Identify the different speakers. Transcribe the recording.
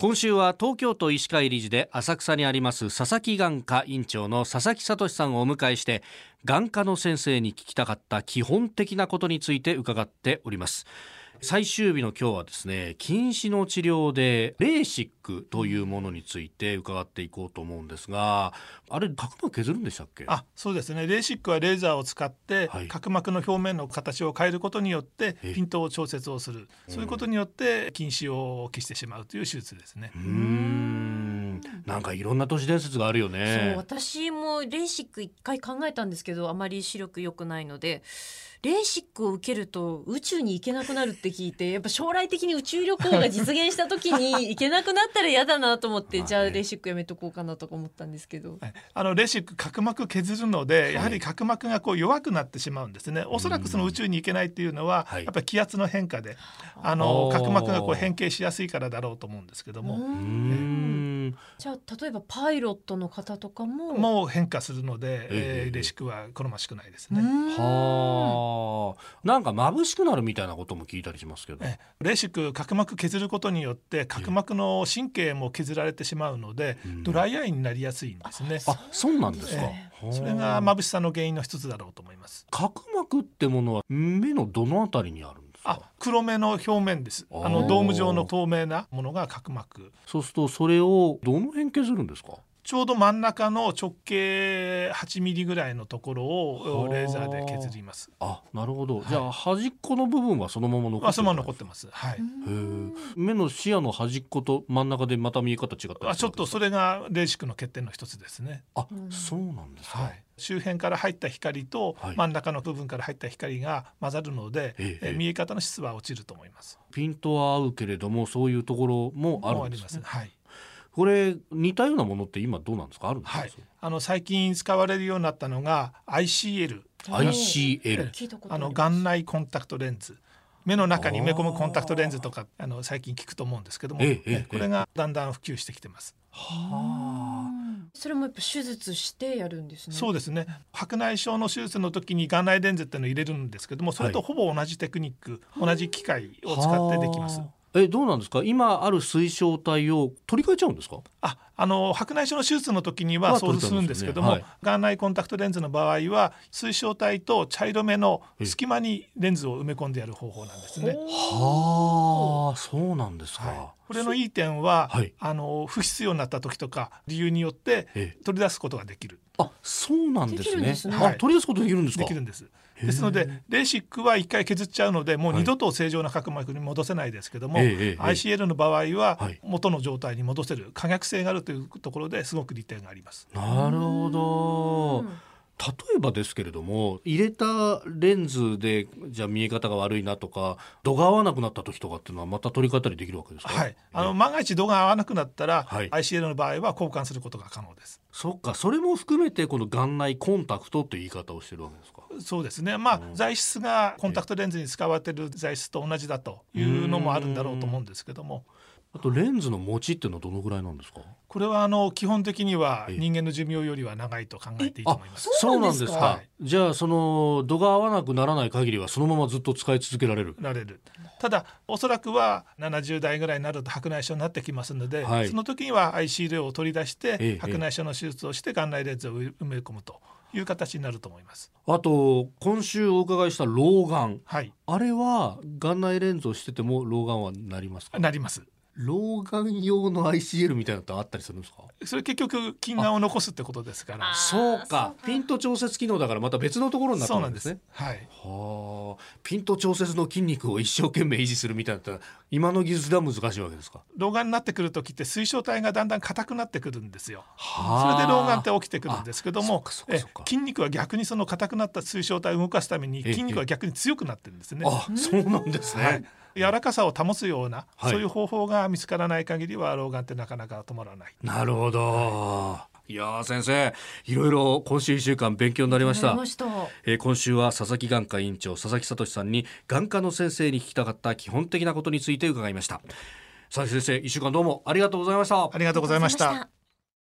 Speaker 1: 今週は東京都医師会理事で浅草にあります佐々木眼科院長の佐々木聡さんをお迎えして眼科の先生に聞きたかった基本的なことについて伺っております最終日の今日はですね近視の治療でレーシックというものについて伺っていこうと思うんですがあれ角膜削るんでしたっけ
Speaker 2: あそうですねレーシックはレーザーを使って
Speaker 1: はい
Speaker 2: 角膜の表面の形を変えることによって
Speaker 1: え
Speaker 2: ピントを調節をするそういうことによって近視を消してしまうという手術ですね。
Speaker 1: うーんなんかいろんな都市伝説があるよ
Speaker 3: そう
Speaker 1: ね
Speaker 3: 私もレーシック一回考えたんですけどあまり視力良くないのでレーシックを受けると宇宙に行けなくなるって聞いてやっぱ将来的に宇宙旅行が実現した時に行けなくなったら嫌だなと思って
Speaker 1: まあね
Speaker 3: じゃあレーシックやめとこうかなとか思ったんですけど。
Speaker 2: はいあのレーシック角膜削るのでやはり角膜がこう弱くなってしまうんですねおそらくその宇宙に行けないっていうのは
Speaker 1: はい
Speaker 2: やっぱり気圧の変化であの
Speaker 1: あー
Speaker 2: 角膜がこう変形しやすいからだろうと思うんですけども
Speaker 3: う
Speaker 1: うー
Speaker 3: ん
Speaker 1: ん
Speaker 3: じゃあ例えばパイロットの方とかも
Speaker 2: もう変化するので
Speaker 1: え
Speaker 2: え
Speaker 1: え
Speaker 2: ーレーシックは好ましくないです
Speaker 3: う
Speaker 2: ね。
Speaker 3: ん
Speaker 1: はあなんか眩しくなるみたいなことも聞いたりしますけど
Speaker 2: えレーシック角膜削ることによって角膜の神経も削られてしまうので、
Speaker 1: うん
Speaker 2: ドライアイになりやすいんですね。
Speaker 1: あそうなんですか、
Speaker 2: え
Speaker 1: はあ
Speaker 2: それが眩しさの原因の一つだろうと思います。
Speaker 1: 角膜ってものは目のどのあたりにあるんですか
Speaker 2: あ、黒目の表面です。
Speaker 1: あー
Speaker 2: あのドーム状の透明なものが角膜。
Speaker 1: そうするとそれをどの辺削るんですか
Speaker 2: ちょうど真ん中の直径8ミリぐらいのところ
Speaker 1: は
Speaker 2: を
Speaker 1: ー
Speaker 2: レーザーで削ります。
Speaker 1: あなるほど、じゃあ端っこの部分はそのまま残
Speaker 2: まあ、
Speaker 1: って
Speaker 2: そ
Speaker 1: る
Speaker 2: のまま残ってます。はい。
Speaker 1: へえ目の視野の端っこと真ん中でまた見え方違ったり
Speaker 2: あ、
Speaker 1: す
Speaker 2: ちょ
Speaker 1: る
Speaker 2: っ
Speaker 1: んで
Speaker 2: と
Speaker 1: すか
Speaker 2: それがレーシックの欠点の一つですね。
Speaker 1: あそうなんですか、
Speaker 2: はい、周辺から入った光と
Speaker 1: はい
Speaker 2: 真ん中の部分から入った光が混ざるので、
Speaker 1: ええ
Speaker 2: えー見え方の質は落ちると思います。
Speaker 1: ピントは合うけれどもそういうところもあるんですね
Speaker 2: もうあはい、
Speaker 1: これ似たようなものって今どうなんですかあるんですか、
Speaker 2: はい、あの最近使われるようになったのが ICL
Speaker 3: はい
Speaker 1: ICL
Speaker 3: 聞いたこ
Speaker 2: あ
Speaker 3: とあり
Speaker 2: の
Speaker 3: ます
Speaker 2: 眼内コンタクトレンズ目の中に埋め込むコンタクトレンズとかあの最近聞くと思うんですけども、
Speaker 1: ええええ
Speaker 2: ねこれがだんだん普及してきてます。
Speaker 1: は
Speaker 3: それもやっぱ手術してやるんですね
Speaker 2: そうですね白内障の手術の時に眼内レンズっていうのを入れるんですけどもそれとほぼ同じテクニック、同じ機械
Speaker 1: あ
Speaker 2: を使ってできます
Speaker 1: は。あえどうなんですか今ある水晶体を取り替えちゃうんですか
Speaker 2: あ、あの白内障の手術の時に
Speaker 1: ま
Speaker 2: は
Speaker 1: あ
Speaker 2: そうするんですけども、
Speaker 1: 取れたん
Speaker 2: 眼内コンタクトレンズの場合は水晶体と茶色目の隙間にレンズを埋め込んでやる方法なんですね。
Speaker 1: はあそうなんですか、
Speaker 2: はい、これのいい点は、
Speaker 1: はい
Speaker 2: あの不必要になった時とか理由によって
Speaker 1: ええ
Speaker 2: 取り出すことができる。
Speaker 1: あそうなんです
Speaker 3: できるん
Speaker 1: ね
Speaker 3: ですね
Speaker 1: あ取り出すことできるんです
Speaker 2: で
Speaker 1: か
Speaker 2: きるんです。ですのでレーシックは一回削っちゃうのでもう二度と正常な角膜に戻せないですけども、
Speaker 1: ええええええ
Speaker 2: ICL の場合は
Speaker 1: はい
Speaker 2: 元の状態に戻せる可逆性があるというところですごく利点があります。
Speaker 1: なるほど
Speaker 3: うん
Speaker 1: 例えばですけれども入れたレンズでじゃあ見え方が悪いなとか度が合わなくなった時とかっていうのはまた取り替えたりできるわけですか、
Speaker 2: はい、あの万が一度が合わなくなったら、
Speaker 1: はい
Speaker 2: ICL の場合は交換することが可能です。
Speaker 1: そっかそれも含めてこの眼内コンタクトという言い方をしてるわけですか
Speaker 2: そうですね、まあ、
Speaker 1: うん
Speaker 2: 材質がコンタクトレンズに使われている材質と同じだというのもあるんだろうと思うんですけども
Speaker 1: あとレンズの持ちっていうのはどのぐらいなんですか
Speaker 2: これはあの基本的には
Speaker 1: ええ
Speaker 2: 人間の寿命よりは長いと考えていいと思います。
Speaker 3: そうなんですか
Speaker 1: そうなんですじゃあその度が合わなくならない限りはそのままずっと使い続けられる
Speaker 2: られるただおそらくは70代ぐらいになると白内障になってきますので、
Speaker 1: はい
Speaker 2: その時には ICL を取り出して、
Speaker 1: ええ
Speaker 2: 白内障の手術をして眼内レンズを埋め込むという形になると思います。
Speaker 1: あと今週お伺いした老眼
Speaker 2: はい、
Speaker 1: あれは眼内レンズをしてても老眼はなりますか
Speaker 2: なります。
Speaker 1: 老眼用の ICL みたいなのってあったりするんですか
Speaker 2: それ結局近眼を残すってことですから
Speaker 3: あ
Speaker 1: そう
Speaker 3: そうか
Speaker 1: かピント調節機能だからまた別のところになっ
Speaker 2: そ
Speaker 1: た
Speaker 2: うなんん
Speaker 1: で
Speaker 2: ですす
Speaker 1: ね
Speaker 2: はい
Speaker 1: はあピント調節の筋肉を一生懸命維持するみたいなのって今の技術では難しいわけですか
Speaker 2: 老眼になってくる時って水晶体がだんだん硬くなってくるんですよそ
Speaker 1: は
Speaker 2: れ
Speaker 1: あ
Speaker 2: で老眼って起きてくるんですけども
Speaker 1: あそっかそっか
Speaker 2: え
Speaker 1: そっか
Speaker 2: 筋肉は逆にその硬くなった水晶体を動かすために
Speaker 1: ええ
Speaker 2: 筋肉は逆に強くなってるんですね、
Speaker 1: あそうなんですね、
Speaker 2: はい、柔らかさを保つような、
Speaker 1: はい
Speaker 2: そういう方法が見つからない限りは老眼ってなかなか止まらない
Speaker 1: なるほどいやー先生いろいろ今週1週間勉強になりました
Speaker 3: なりました
Speaker 1: えー今週は佐々木眼科院長佐々木聡さんに眼科の先生に聞きたかった基本的なことについて伺いました佐々木先生一週間どうもありがとうございました
Speaker 2: ありがとうございました
Speaker 3: ありがとうございました